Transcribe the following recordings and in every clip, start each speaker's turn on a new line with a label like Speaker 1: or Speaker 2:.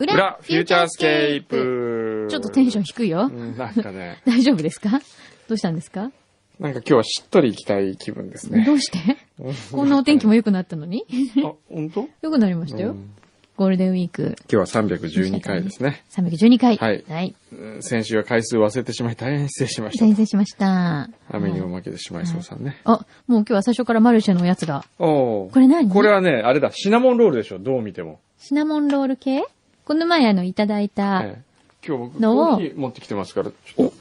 Speaker 1: 裏、フューチャースケー。プ。
Speaker 2: ちょっとテンション
Speaker 1: ン。
Speaker 2: 低いよ。
Speaker 1: なんかね、
Speaker 2: 大丈夫ですかどうしたんですか
Speaker 1: なんか今日はしっとり行きたい気分ですね
Speaker 2: ど。うして こんなお天気も良くなったのに
Speaker 1: あ、本当？
Speaker 2: 良くなりましたよ。
Speaker 1: うん
Speaker 2: ゴールデンウィーク。
Speaker 1: 今日は312回ですね。
Speaker 2: 312回。
Speaker 1: はい
Speaker 2: はい。
Speaker 1: うん先週は回数忘れてしまい大変失礼しまし
Speaker 2: 先生しました。
Speaker 1: た。雨にも負けてしまいそうさんね。
Speaker 2: あ、もう今日は最初からマルシェのおやつが。
Speaker 1: おお。
Speaker 2: これ何
Speaker 1: これはね、あれだ、シナモンロールでしょ、どう見ても。
Speaker 2: シナモンロール系この前あの、いただいた、
Speaker 1: ええ今日僕、
Speaker 2: どう
Speaker 1: コーヒー持ってきてますから、ちょっと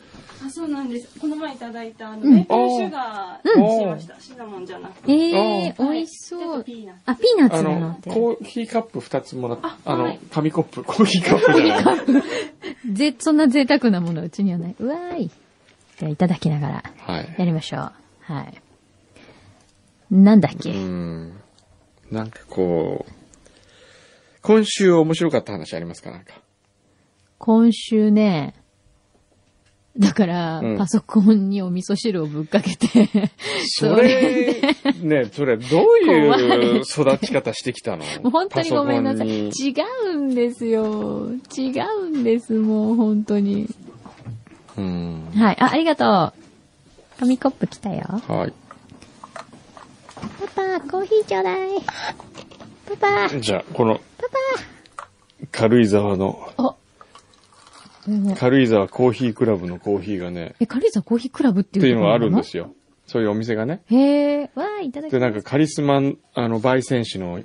Speaker 3: あ、そうなんです。この前いただいたあの
Speaker 2: うん
Speaker 3: メープルシュガーにしました。シナモンじゃなくて。
Speaker 2: えー、
Speaker 3: はい
Speaker 2: 美味しそ
Speaker 3: ちょ
Speaker 2: う
Speaker 3: っと。ピーナッツ
Speaker 2: あ、ピーナッ
Speaker 1: あ
Speaker 2: ツなの
Speaker 1: の
Speaker 2: っ、て。
Speaker 1: コーヒーカップ2つもらって、あ
Speaker 3: は
Speaker 1: の
Speaker 3: い、
Speaker 1: 紙コップ、コーヒーカップじゃない。
Speaker 2: ぜ、そんな贅沢なものはうちにはない。うわーい。じゃあいただきながら、
Speaker 1: は
Speaker 2: や
Speaker 1: い。
Speaker 2: りましょう。はい。なんだっけ、
Speaker 1: うん。なんかこう、今週面白かった話ありますかなんか。
Speaker 2: 今週ね、だから、
Speaker 1: うん
Speaker 2: パソコンにお味噌汁をぶっかけて、
Speaker 1: それ、ね、それ、どういう育ち方してきたの
Speaker 2: もう 本当にごめんなさい。違
Speaker 1: パソ
Speaker 2: うんですよ。違うんです、もう本当に。
Speaker 1: コンにうん。
Speaker 2: はい。あ、ありがとう。紙コップ来たよ。
Speaker 1: はい。
Speaker 2: パパ、コーヒーちょうだい。パ
Speaker 1: じゃあ、この、軽井沢の、
Speaker 2: パ。あ、これも。
Speaker 1: 軽井沢コーヒークラブのコーヒーがね、
Speaker 2: え、軽井沢コーヒークラブってい
Speaker 1: っ
Speaker 2: う。
Speaker 1: ていうのがあるんですすよ。そういうお店がね。
Speaker 2: へえ、わー、いただき
Speaker 1: で、な
Speaker 2: ま
Speaker 1: ん
Speaker 2: す。
Speaker 1: かカリスマ、あの、焙煎師の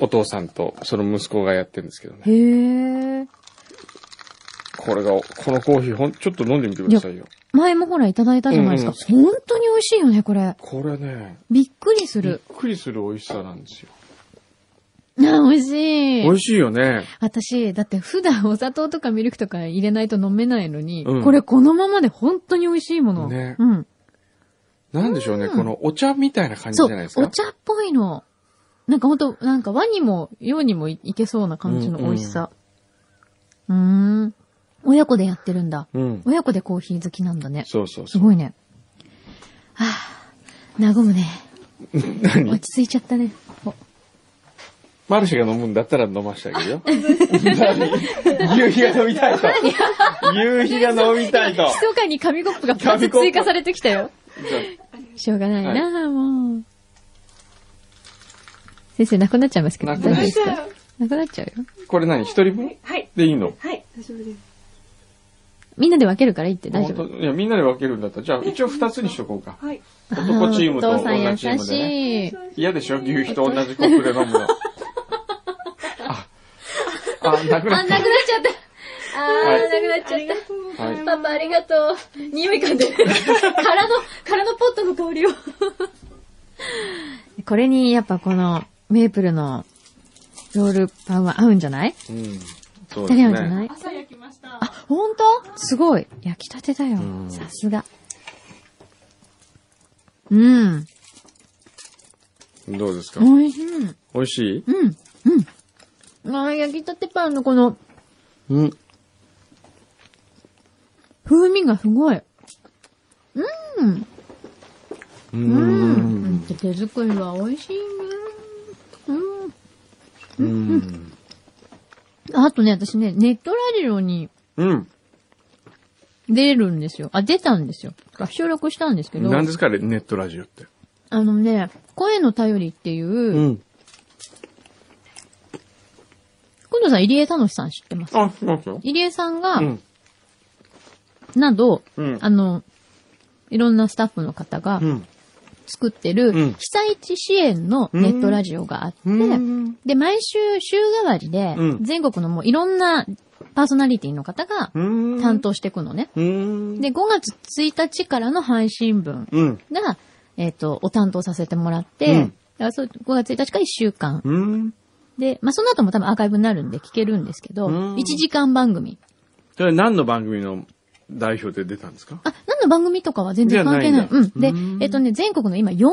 Speaker 1: お父さんと、その息子がやってるんですけどね。
Speaker 2: へえ。
Speaker 1: これが、このコーヒー、ほん、ちょっと飲んでみてくださいよ。
Speaker 2: 前もほらいただいたじゃないですか。本当に美味しいよね、これ。
Speaker 1: これね、
Speaker 2: びっくりす
Speaker 1: びっ
Speaker 2: る。
Speaker 1: くりする美味しさなんですよ。
Speaker 2: あ、美味しい。
Speaker 1: 美味しいよね。
Speaker 2: 私、だって普段お砂糖とかミルクとか入れないと飲めないのに、
Speaker 1: うん
Speaker 2: これこのままで本当に美味しいもの。
Speaker 1: ね
Speaker 2: うん。
Speaker 1: なんでしょうね、このお茶みたいな感じじ
Speaker 2: そ
Speaker 1: ゃないうです、か。
Speaker 2: お茶っぽいの。なんかほんと、なんか和にも洋にもいいけそうな感じの美味しさ。うーん。親子でやってるんだ。
Speaker 1: うん。
Speaker 2: 親子でコーヒー好きなんだね。
Speaker 1: そうそう
Speaker 2: す
Speaker 1: そう。
Speaker 2: ごいね。はぁ、和むね。落
Speaker 1: 何
Speaker 2: ち着いちゃったね。お
Speaker 1: マルシェが飲むんだったら飲ましてあげるよ。何夕日が飲みたいと。夕日が飲みたいと。
Speaker 2: 密かに紙コップが2つ追加されてきたよ。しょうがないな、もう。先生、なくなっちゃいますけど、
Speaker 1: なくなっ
Speaker 2: 大丈夫
Speaker 1: ち
Speaker 2: です
Speaker 1: ゃう
Speaker 2: かなくなっちゃうよ。
Speaker 1: これ何一人分
Speaker 3: はい。
Speaker 1: でいいの
Speaker 3: はい。大丈夫です。
Speaker 2: みんなで分けるからいいって大丈
Speaker 1: 本
Speaker 2: 夫。
Speaker 1: 当いや、みんなで分けるんだったら、じゃあ一応二つにしとこうか。
Speaker 3: はい。
Speaker 1: 男チームと
Speaker 2: あお父さん優
Speaker 1: 女チームでね
Speaker 2: しい。
Speaker 1: 嫌でしょ牛皮と同じコップで飲 むの。あ、あ、なく
Speaker 2: あ、
Speaker 1: な
Speaker 2: なく
Speaker 1: っ
Speaker 2: な
Speaker 1: た。
Speaker 2: っちゃった。あー、なくなっ
Speaker 3: あり
Speaker 2: ちゃ
Speaker 3: が
Speaker 2: っ
Speaker 3: とうございます。
Speaker 1: はい。
Speaker 2: た。パパありがとう。匂い嗅いで。空の、空のポットの香りを。これに、やっぱこの、メープルの、ロールパンは合うんじゃない
Speaker 1: うん。そう
Speaker 2: イ
Speaker 1: で
Speaker 2: タリア
Speaker 1: す
Speaker 2: ンじゃ
Speaker 1: ね。
Speaker 2: ない
Speaker 3: 朝焼きました。
Speaker 2: あ、ほんとすごい。焼きたてだよ
Speaker 1: う。ん
Speaker 2: さすが。うん。
Speaker 1: どうですか
Speaker 2: 美味しい。
Speaker 1: 美味しい
Speaker 2: うん。うん。あー焼きたてパンのこの
Speaker 1: うん。
Speaker 2: 風味がすごい。
Speaker 1: う
Speaker 2: うん
Speaker 1: ん。。
Speaker 2: 手作りは美味しいね。うん。
Speaker 1: うん。
Speaker 2: あとね、私ね、ネットラジオに
Speaker 1: うん。
Speaker 2: 出るんですよ。あ、出たんですよ。収録したんですけど、
Speaker 1: 何ですかねネットラジオって。
Speaker 2: あのね、声の頼りっていう、
Speaker 1: うん。
Speaker 2: 今度さん、入江楽さん知ってます
Speaker 1: あ、そうそう。
Speaker 2: 入江さんが、
Speaker 1: うん。
Speaker 2: など、
Speaker 1: うん
Speaker 2: あの、いろんなスタッフの方が
Speaker 1: うん。
Speaker 2: 作ってる、
Speaker 1: うん
Speaker 2: 被災地支援のネットラジオがあって、
Speaker 1: うん。
Speaker 2: で、毎週週替わりで
Speaker 1: う、ん
Speaker 2: 全国のもういろんなパーソナリティの方が
Speaker 1: うん。
Speaker 2: 担。当していくのね。
Speaker 1: うん。
Speaker 2: で、5月1日からの配信分
Speaker 1: うん。
Speaker 2: が、えっ、と、お担当させてもらって、
Speaker 1: うん
Speaker 2: だからそう5月1日から1週間。
Speaker 1: うん。
Speaker 2: で、まあ、その後も多分アーカイブになるんで聞けるんですけど、
Speaker 1: うん
Speaker 2: 1時間番組。
Speaker 1: それ何の番組の代表で出たんですか
Speaker 2: あ、何の番組とかは全然関係
Speaker 1: じ
Speaker 2: な
Speaker 1: ゃ
Speaker 2: い。
Speaker 1: ない
Speaker 2: うんん。
Speaker 1: だ
Speaker 2: で
Speaker 1: うん、
Speaker 2: えっ、とね、全国の今40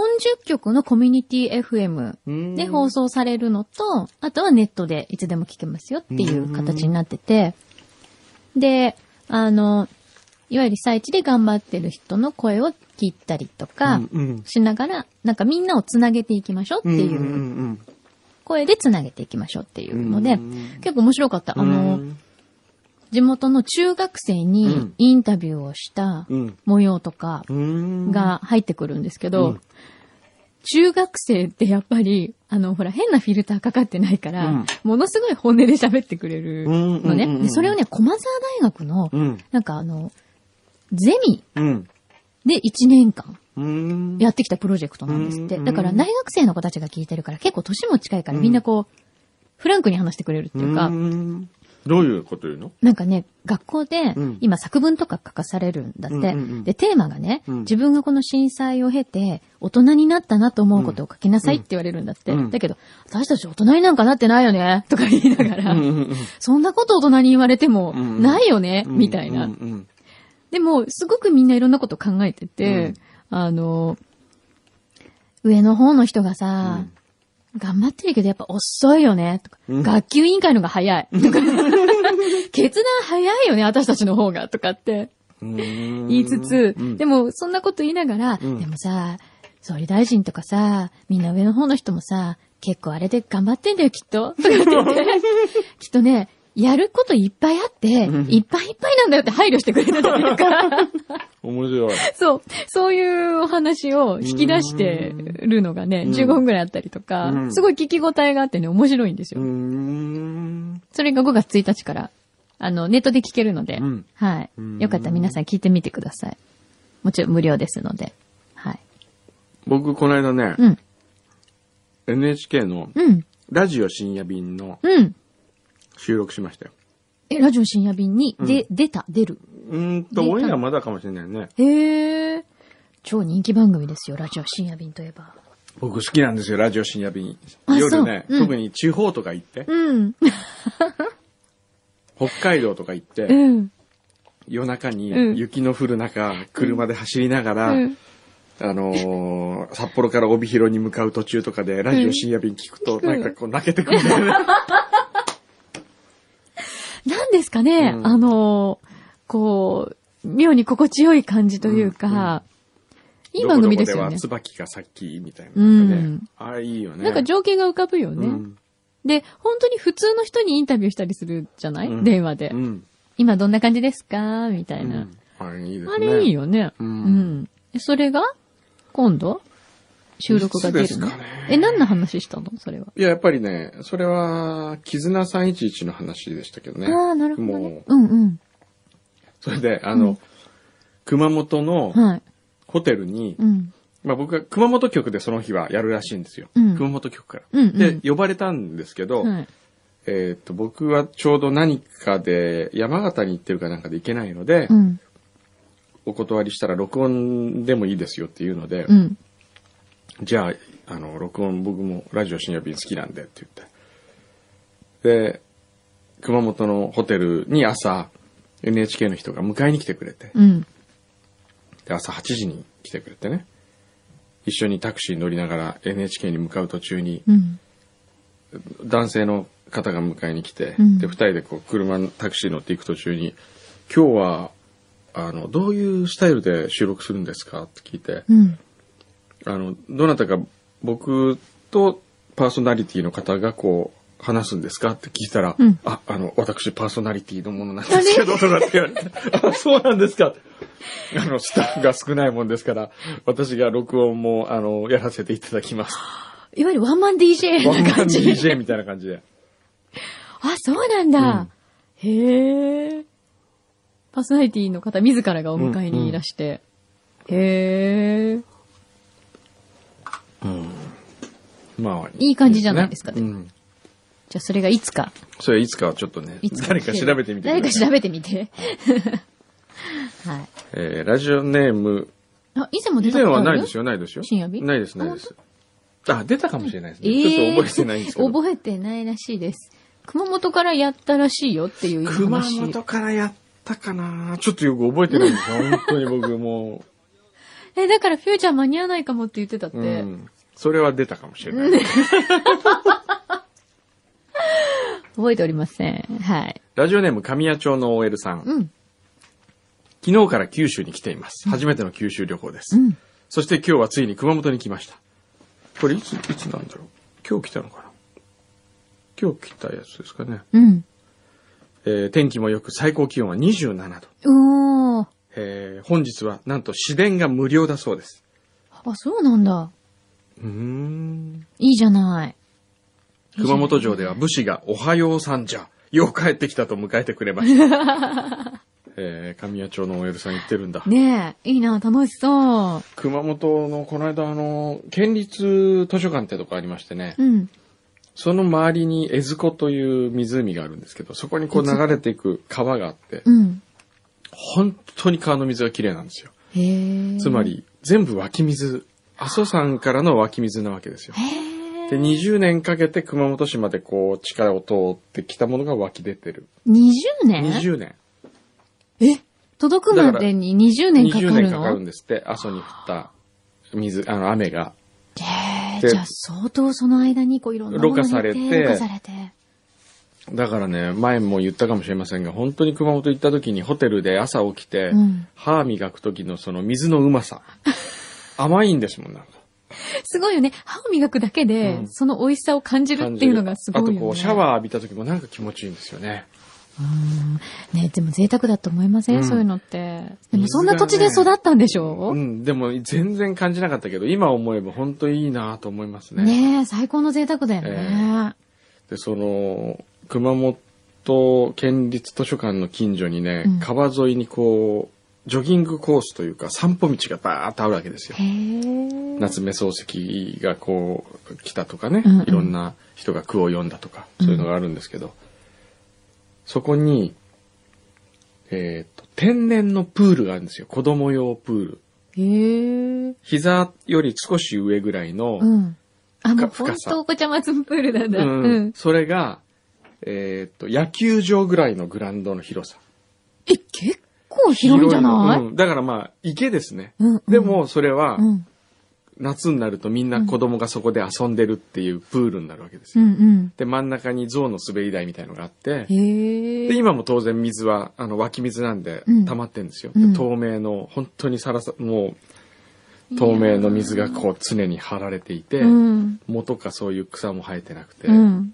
Speaker 2: 局のコミュニティ FM で放
Speaker 1: 送。
Speaker 2: 送されるのと、あとはネットでいつでも聞けますよっていう形になってて、で、あの、いわゆる被災地で頑張ってる人の声を聞いたりとか、
Speaker 1: うん
Speaker 2: しながら、なんかみんなをつなげていきましょうって
Speaker 1: うん。
Speaker 2: いう、
Speaker 1: うんうん
Speaker 2: 声でつなげていきましょうっていうので、
Speaker 1: うん
Speaker 2: 結構面白かった。
Speaker 1: うん。
Speaker 2: あの、地元の中学生
Speaker 1: う
Speaker 2: に
Speaker 1: ん
Speaker 2: インタビューをした
Speaker 1: うん、
Speaker 2: 模様とか
Speaker 1: うん。
Speaker 2: が入ってくるんですけど、
Speaker 1: うん
Speaker 2: 中学生ってやっぱり、あの、ほら、変なフィルターかかってないから、
Speaker 1: うん
Speaker 2: ものすごい本音で喋ってくれるのね。
Speaker 1: うんうんうんうん
Speaker 2: でそれをね、駒沢大学の、
Speaker 1: うん、
Speaker 2: なんかあの、ゼミ
Speaker 1: うん。
Speaker 2: で1年間
Speaker 1: うん。
Speaker 2: やってきたプロジェクトなんですって。
Speaker 1: うん
Speaker 2: だから大学生の子たちが聞いてるから結構年も近いからみんなこう、フランクに話してくれるっていうか、
Speaker 1: んどういうこと言うの
Speaker 2: なんかね、学校で
Speaker 1: うん
Speaker 2: 今作文とか書かされるんだって。
Speaker 1: うんうんうん
Speaker 2: で、テーマがね、
Speaker 1: うん
Speaker 2: 自分がこの震災を経て大人になったなと思うことを書きなさいって言われるんだって。
Speaker 1: うん
Speaker 2: だけど、私たち大人になんかなってないよねとか言いながら、
Speaker 1: うんうんうん
Speaker 2: そんなこと大人に言われても
Speaker 1: うん
Speaker 2: ないよね、
Speaker 1: うん
Speaker 2: みたいな。
Speaker 1: うんうん
Speaker 2: でも、すごくみんないろんなこと考えてて、あの、上の方の人がさ、頑張ってるけどやっぱ遅いよね、とか、
Speaker 1: うん
Speaker 2: 学級委員会のが早い、とか、 決断早いよね、私たちの方が、とかって
Speaker 1: うんうん
Speaker 2: 言いつつ、
Speaker 1: うん
Speaker 2: でも、そんなこと言いながら、
Speaker 1: うん
Speaker 2: でもさ、総理大臣とかさ、みんな上の方の人もさ、結構あれで頑張ってんだよ、きっと。とかって 言って、きっとね、やることいっぱいあって、
Speaker 1: うん
Speaker 2: いっぱいいっぱいなんだよって配慮してくれたというか、
Speaker 1: 面白い。
Speaker 2: そう、そういうお話を引き出してるのがね、
Speaker 1: うん
Speaker 2: 15分くらいあったりとか、
Speaker 1: うん
Speaker 2: すごい聞き応えがあってね、面白いんです
Speaker 1: う
Speaker 2: よ。
Speaker 1: ん。
Speaker 2: それが5月1日から、あの、ネットで聞けるので、
Speaker 1: うん
Speaker 2: はい。
Speaker 1: うん
Speaker 2: よかったら皆さん聞いてみてください。もちろん無料ですので、はい。
Speaker 1: 僕、この間ね、
Speaker 2: うん、
Speaker 1: NHK の
Speaker 2: うん、
Speaker 1: ラジオ深夜便の
Speaker 2: うん。
Speaker 1: 収録しましたよ。
Speaker 2: え、ラジオ深夜便に、で、出た、出る。
Speaker 1: うーん
Speaker 2: で
Speaker 1: と、俺にはまだかもしれないね。
Speaker 2: へー。超人気番組ですよ、ラジオ深夜便といえば。
Speaker 1: 僕好きなんですよ、ラジオ深夜便。
Speaker 2: あ
Speaker 1: 夜ね、
Speaker 2: そううん
Speaker 1: 特に地方とか行って、
Speaker 2: うん、
Speaker 1: 北海道とか行って、
Speaker 2: うん、
Speaker 1: 夜中
Speaker 2: うん
Speaker 1: に雪の降る中、車で走りながら、
Speaker 2: うん。
Speaker 1: あのー札幌から帯広に向かう途中とかで、ラジオ深夜便聞くと、
Speaker 2: うん
Speaker 1: なんかこう泣けてくるんだよね。
Speaker 2: なんですかね、
Speaker 1: うん
Speaker 2: あのー、こう、妙に心地よい感じというか、いい番組ですよね
Speaker 1: どこどこ。は椿がさっき、みたいな
Speaker 2: うん
Speaker 1: のとかね。あれいいよね。
Speaker 2: なんか情景が浮かぶよね、
Speaker 1: うん
Speaker 2: で、本当に普通の人にインタビューしたりするじゃない、
Speaker 1: うん
Speaker 2: 電話で、
Speaker 1: うん。
Speaker 2: 今どんな感じですかみたいな、
Speaker 1: あれいいですね。
Speaker 2: あれいいよね。
Speaker 1: う
Speaker 2: うんん。それが今度収録が出るの
Speaker 1: いつですかね
Speaker 2: え、何の話したのそれは。
Speaker 1: いや、やっぱりね、それは、絆311の話でしたけどね。
Speaker 2: ああ、なるほど、
Speaker 1: も
Speaker 2: ね
Speaker 1: う。、
Speaker 2: うんうん。
Speaker 1: それで、あの、
Speaker 2: うん
Speaker 1: 熊本の
Speaker 2: はい。
Speaker 1: ホテルに、
Speaker 2: うん。
Speaker 1: まあ僕が熊本局でその日はやるらしいんですよ。
Speaker 2: うん
Speaker 1: 熊本局から。
Speaker 2: うんうん
Speaker 1: で、呼ばれたんですけど、
Speaker 2: はい。
Speaker 1: えーっと、僕はちょうど何かで、山形に行ってるかなんかで行けないので、
Speaker 2: うん。
Speaker 1: お断りしたら録音でもいいですよっていうので、
Speaker 2: うん。
Speaker 1: じゃあ、あの、録音僕もラジオ深夜便好きなんでって言って。で、熊本のホテルに朝、NHK の人が迎えに来てくれて、
Speaker 2: うん。
Speaker 1: で朝8時に来てくれてね。一緒にタクシーに乗りながら NHK に向かう途中に、
Speaker 2: うん。
Speaker 1: 男性の方が迎えに来て、
Speaker 2: うん
Speaker 1: で、二人でこう、車、タクシー乗っていく途中に、今日は、あの、どういうスタイルで収録するんですかって聞いて、
Speaker 2: うん。
Speaker 1: あの、どなたか僕とパーソナリティの方がこう、話すんですかって聞いたら、
Speaker 2: うん
Speaker 1: あ、あの、私パーソナリティのものなんですけど、とかって言われて、あ、そうなんです か。あの、スタッフが少ないもんですから、私が録音も、あの、やらせていただきます。
Speaker 2: いわゆるワンマン DJ
Speaker 1: ワン
Speaker 2: な
Speaker 1: マン
Speaker 2: 感じ。
Speaker 1: DJ みたいな感じで。
Speaker 2: あ、そうなんだ。へえ。パーソナリティの方自らがお迎えにいらして。へえ。
Speaker 1: まあ、
Speaker 2: いい感じじゃないですか
Speaker 1: ね。うん。
Speaker 2: じゃあそれがいつか。
Speaker 1: それいつかはちょっとね
Speaker 2: いつ、か
Speaker 1: 誰か調べてみてください。
Speaker 2: 誰か調べてみて。 はい。
Speaker 1: えーラジオネーム、
Speaker 2: あ、以前も出
Speaker 1: 以
Speaker 2: た
Speaker 1: 前
Speaker 2: こと
Speaker 1: は
Speaker 2: ある
Speaker 1: ないですよ、ないですよ。
Speaker 2: 深夜日
Speaker 1: ないです、ないです。あ、出たかもしれないです
Speaker 2: え
Speaker 1: ね。ちょっと覚えてないんですけど。
Speaker 2: 覚えてないらしいです。熊本からやったらしいよっていう
Speaker 1: 熊
Speaker 2: 話。
Speaker 1: 本からやったかなちょっとよく覚えてないんです よ。本当に僕も
Speaker 2: え、だからフューチャー間に合わないかもって言ってたって。
Speaker 1: う。うん。それは出たかもしれない。
Speaker 2: 覚えておりません。はい。
Speaker 1: ラジオネーム、神谷町の OL さん。
Speaker 2: うん。
Speaker 1: 昨日から九州に来ています。初めての九州旅行です。
Speaker 2: うん。
Speaker 1: そして今日はついに熊本に来ました。これいつ、いつなんだろう今日来たのかな今日来たやつですかね。
Speaker 2: うん。
Speaker 1: えー天気も良く最高気温は27度。
Speaker 2: うおー。
Speaker 1: えー本日はなんと市電が無料だそうです。
Speaker 2: あ、そうなんだ。
Speaker 1: うーん。
Speaker 2: いいじゃない。
Speaker 1: 熊本城では武士がおはようさんじゃ。よう帰ってきたと迎えてくれました。 えー、神谷町のおやさん言ってるんだ。
Speaker 2: ねえ、いいな、楽しそう。
Speaker 1: 熊本のこの間あの、県立図書館ってとこありましてね、
Speaker 2: うん。
Speaker 1: その周りに江津湖という湖があるんですけど、そこにこう流れていく川があって、
Speaker 2: うん。
Speaker 1: 本当に川の水が綺麗なんですよ。
Speaker 2: へえ。
Speaker 1: つま。り、全部湧き水、阿蘇山からの湧き水なわけですよ。
Speaker 2: へ
Speaker 1: で、
Speaker 2: え。
Speaker 1: 20年かけて熊本市までこう、力を通ってきたものが湧き出てる。
Speaker 2: 20年
Speaker 1: 20年。
Speaker 2: え届くまでに20年か
Speaker 1: 20
Speaker 2: かる
Speaker 1: 年かかる
Speaker 2: の
Speaker 1: んですって、阿蘇に降った水、あの、雨が。
Speaker 2: へえ。
Speaker 1: で
Speaker 2: じゃあ相当その間にこういろんなもの
Speaker 1: ろ過されて
Speaker 2: にろ過されて。
Speaker 1: だからね、前も言ったかもしれませんが、本当に熊本行った時にホテルで朝起きて、
Speaker 2: うん
Speaker 1: 歯磨く時のその水のうまさ。甘いんですもん、なんか。
Speaker 2: すごいよね。歯を磨くだけで、
Speaker 1: うん
Speaker 2: その美味しさを感じるっていうのがすごいよね。
Speaker 1: あとこう、シャワー浴びた時もなんか気持ちいいんですよね。
Speaker 2: ー。ね、でも贅沢だと思いません、
Speaker 1: うん
Speaker 2: そういうのって。で
Speaker 1: 水
Speaker 2: も
Speaker 1: が
Speaker 2: そ
Speaker 1: ね
Speaker 2: んな土地で育ったんでしょ
Speaker 1: う、ん、でも全然感じなかったけど、今思えば本当いいなと思いますね。
Speaker 2: ねえ、最高の贅沢だよね。
Speaker 1: で、その、熊本県立図書館の近所にね、
Speaker 2: うん
Speaker 1: 川沿いにこう、ジョギングコースというか散歩道がバーッとあるわけですよ。
Speaker 2: へえ。
Speaker 1: 夏目漱石がこう来たとかね、
Speaker 2: うんうん
Speaker 1: いろんな人が句を読んだとか、そういうのがあるんですけど、そこに、えっ、と、天然のプールがあるんですよ。子供用プール。
Speaker 2: へえ。
Speaker 1: 膝より少し上ぐらいの、
Speaker 2: うん。あ、
Speaker 1: 深
Speaker 2: もう本
Speaker 1: 深さ
Speaker 2: 当お子ちゃまつプールなんだ。
Speaker 1: う
Speaker 2: うんん。
Speaker 1: それが、えっ、と、野球場ぐらいのグラウンドの広さ。
Speaker 2: え、結構広いんじゃない
Speaker 1: うんだからまあ、池ですね。
Speaker 2: うんうん
Speaker 1: でも、それは
Speaker 2: う、ん。
Speaker 1: 夏になるとみんな子供がそこで遊んでるっていうプールになるわけです
Speaker 2: う
Speaker 1: よ。
Speaker 2: ん
Speaker 1: で、真ん中に象の滑り台みたいのがあって
Speaker 2: うん。、へ
Speaker 1: で、
Speaker 2: え。
Speaker 1: 今も当然水は、あの、湧き水なんで
Speaker 2: うん、
Speaker 1: 溜まってんですよ。
Speaker 2: うん
Speaker 1: で透明の、本当にさらさ、もう、透明の水がこう常に張られていて、
Speaker 2: うん。
Speaker 1: 藻とかそういう草も生えてなくて、
Speaker 2: うん。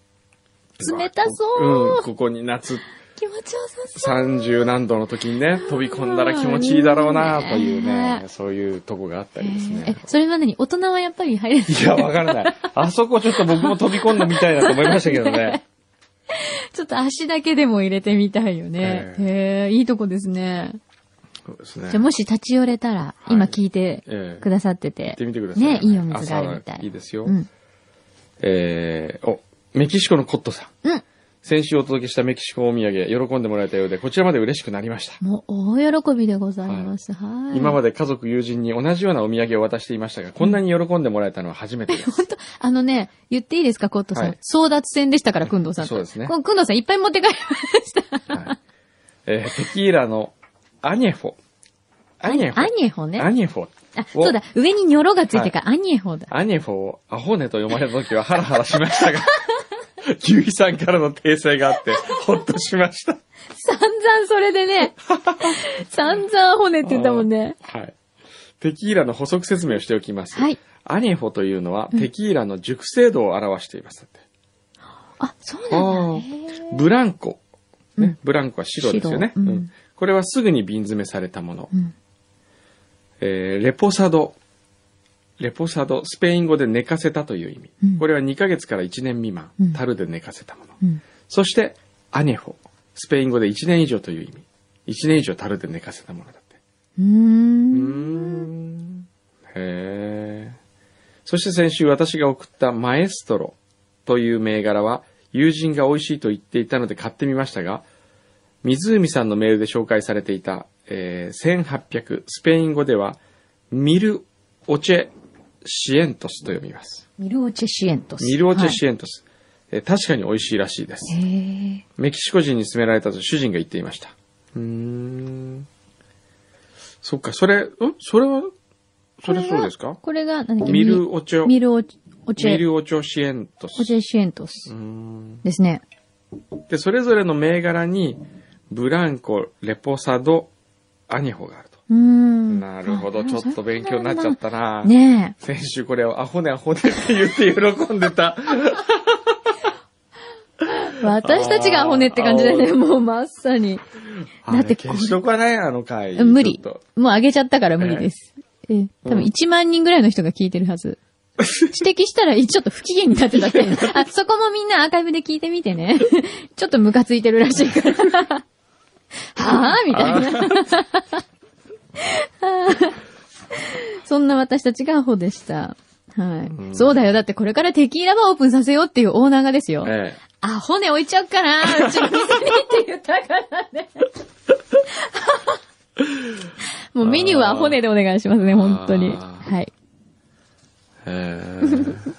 Speaker 1: うわ
Speaker 2: 冷たそう
Speaker 1: うん、ここに夏
Speaker 2: 気持ちよさそう。
Speaker 1: 30何度の時にね、飛び込んだら気持ちいいだろうな、
Speaker 2: うん
Speaker 1: というね
Speaker 2: ね、
Speaker 1: そういうとこがあったりです
Speaker 2: え
Speaker 1: ね、。
Speaker 2: それまでに大人はやっぱり入れない。
Speaker 1: いや、わからない。あそこちょっと僕も飛び込んでみたいなと思いましたけどね。
Speaker 2: ちょっと足だけでも入れてみたいよね。
Speaker 1: え
Speaker 2: へえ、いいとこですね。
Speaker 1: そうですね。
Speaker 2: じゃあもし立ち寄れたら、
Speaker 1: い
Speaker 2: 今聞いて
Speaker 1: ええ
Speaker 2: くださってて。
Speaker 1: 行ってみてください。
Speaker 2: ね、いいお水があるみた
Speaker 1: 朝
Speaker 2: い。
Speaker 1: いいですよ。
Speaker 2: うん。
Speaker 1: えー、お、メキシコのコットさん。
Speaker 2: うん。
Speaker 1: 先週お届けしたメキシコお土産、喜んでもらえたようで、こちらまで嬉しくなりました。
Speaker 2: もう大喜びでございます。はい。
Speaker 1: 今ま
Speaker 2: で。
Speaker 1: で家族友人に同じようなお土産を渡していましたが、こんなに喜んでもらえたのは初めてです。
Speaker 2: あのね、言っていいですか、コットさん。
Speaker 1: はい
Speaker 2: 争奪戦でしたから、くんどうさんと。
Speaker 1: そうですね
Speaker 2: こうくんどうさんいっぱい持って帰りました。
Speaker 1: はいえーテキーラのアニェフォ。アニェ フォ。
Speaker 2: アニェホ
Speaker 1: ア
Speaker 2: ね。
Speaker 1: ニェフォ。
Speaker 2: あ、そうだ。上にニョロがついてるから、アニェホだ。
Speaker 1: アニェフォをアホネと読まれた時はハラハラしましたが、 ゆいさんからの訂正があって、ほっとしました。
Speaker 2: 散々それで ね。散々骨って言ったもんね。
Speaker 1: はい。テキーラの補足説明をしておきます。
Speaker 2: はい
Speaker 1: アニェフォというのは、テキーラの熟成度を表しています。だって
Speaker 2: あ、そうなん
Speaker 1: あ
Speaker 2: だ。へ
Speaker 1: ー
Speaker 2: ー
Speaker 1: ブランコ。
Speaker 2: う
Speaker 1: ね
Speaker 2: ん、
Speaker 1: ブランコは白ですよね、
Speaker 2: 白うん
Speaker 1: うんこれはすぐに瓶詰めされたもの。
Speaker 2: うん。
Speaker 1: えーレポサド。レポサド。スペイン語で寝かせたという意味。
Speaker 2: うん
Speaker 1: これは2ヶ月から1年未満
Speaker 2: うん。
Speaker 1: 樽で寝かせたもの。
Speaker 2: うん。
Speaker 1: そして、アネフォ。スペイン語で1年以上という意味。1年以上樽で寝かせたものだって。
Speaker 2: うー
Speaker 1: うー
Speaker 2: ん。
Speaker 1: ん。へえ。そして先週私が送ったマエストロという銘柄は、友人が美味しいと言っていたので買ってみましたが、湖さんのメールで紹介されていた、えー1800、スペイン語では、ミル・オチェ・シエントスと読みます。
Speaker 2: ミルオチェシエントス。
Speaker 1: ミル・オチェ・
Speaker 2: エン
Speaker 1: シエントス。えー確かに美味しいらしいです。
Speaker 2: トス。へえ。
Speaker 1: メキシコ人に勧められたと主人が言っていました。うーん。そっか、それ、んそれは、それそうですか
Speaker 2: これが、何だっけ
Speaker 1: ミルオチョ、
Speaker 2: ミ
Speaker 1: ミル
Speaker 2: ルオチオチェ、
Speaker 1: オチョシエントス。
Speaker 2: オチェシエント
Speaker 1: うー
Speaker 2: ス。
Speaker 1: ん
Speaker 2: ですね。
Speaker 1: で、それぞれの銘柄に、ブランコ、レポサド、アニホがあると。
Speaker 2: うん。
Speaker 1: なるほど、
Speaker 2: あ
Speaker 1: ちょっと勉強になっちゃったな。
Speaker 2: ねえ。
Speaker 1: 先週これをアホねアホねって言って喜んで た。
Speaker 2: 私たちが骨って感じだね、もうまさに。だってこれ
Speaker 1: 消しとかないあの回。
Speaker 2: 無理
Speaker 1: ちょっと。
Speaker 2: もう上げちゃったから無理です。ええ多分1万人ぐらいの人が聞いてるはず。指摘したら、ちょっと不機嫌になって たって。あ、そこもみんなアーカイブで聞いてみてね。ちょっとムカついてるらしいから。 はぁみたい な。そんな私たちがアホでした。はい。そうだよ。だってこれからテキーラバーオープンさせようっていうオーナーがですよ。
Speaker 1: ええ。
Speaker 2: あ、骨置いちゃおっかな、うちの店にって言ったから ね。もうメニューは骨でお願いしますね、本当に。
Speaker 1: あー
Speaker 2: はい。
Speaker 1: えー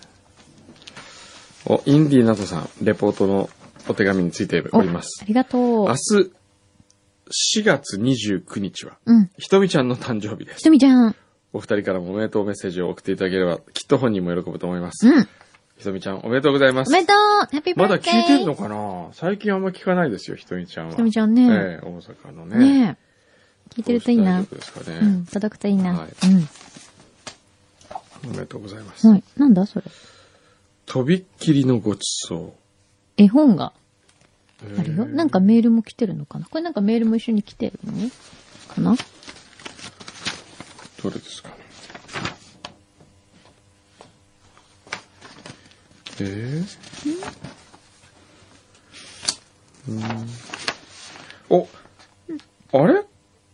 Speaker 1: お、インディーナトさん、レポートのお手紙についております
Speaker 2: あ。りがとう
Speaker 1: 明。日、4月29日は、
Speaker 2: うん。
Speaker 1: ひとみちゃんの誕生日で
Speaker 2: ひ
Speaker 1: す。
Speaker 2: とみちゃん。
Speaker 1: お二人からもおめでとうメッセージを送っていただければ、きっと本人も喜ぶと思います。
Speaker 2: うん。
Speaker 1: ひとみちゃん、おめでとうございま
Speaker 2: お
Speaker 1: す。
Speaker 2: めでとうハッピーバ
Speaker 1: ま
Speaker 2: ー
Speaker 1: だ
Speaker 2: スデー
Speaker 1: 聞いてんのかな最近あんま聞かないですよ、ひとみちゃんは。
Speaker 2: ひとみちゃんね
Speaker 1: ええ大阪のね。
Speaker 2: ねえ。聞いてるといいな
Speaker 1: 大。丈夫ですかね、
Speaker 2: うん。届くといいな。
Speaker 1: はい
Speaker 2: うん。
Speaker 1: おめでとうございます。
Speaker 2: はい。なんだそれ。
Speaker 1: とびっきりのごちそう。
Speaker 2: 絵本がある
Speaker 1: え
Speaker 2: よ。
Speaker 1: ー
Speaker 2: なんかメールも来てるのかなこれなんかメールも一緒に来てるのねかな
Speaker 1: どれですかね。えー、うん、お、あれ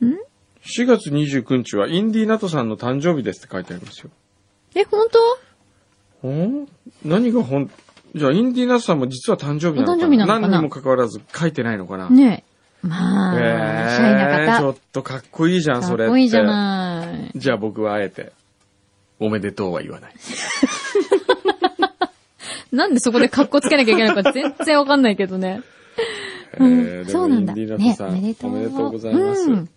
Speaker 1: ?4 月29日はインディーナトさんの誕生日ですって書いてありますよ。
Speaker 2: え、本当
Speaker 1: ん何が本、じゃあインディーナトさんも実は誕生日なのかな
Speaker 2: お誕生日なのかな
Speaker 1: 何にもかかわらず書いてないのかな
Speaker 2: ねえ。まあ、シャイ
Speaker 1: えー、
Speaker 2: な
Speaker 1: ちょ
Speaker 2: 方。
Speaker 1: っとかっこいいじゃん、
Speaker 2: か
Speaker 1: それ
Speaker 2: っ
Speaker 1: って。
Speaker 2: こいいじゃない。
Speaker 1: じゃあ僕はあえて、おめでとうは言わない。
Speaker 2: なんでそこで格好つけなきゃいけないのか全然わかんないけどね。
Speaker 1: えー
Speaker 2: うん
Speaker 1: でも
Speaker 2: そうなんだ。
Speaker 1: イン
Speaker 2: ね
Speaker 1: ディーナ
Speaker 2: え
Speaker 1: トさん
Speaker 2: おめでとう。
Speaker 1: おめでとうございます。
Speaker 2: うん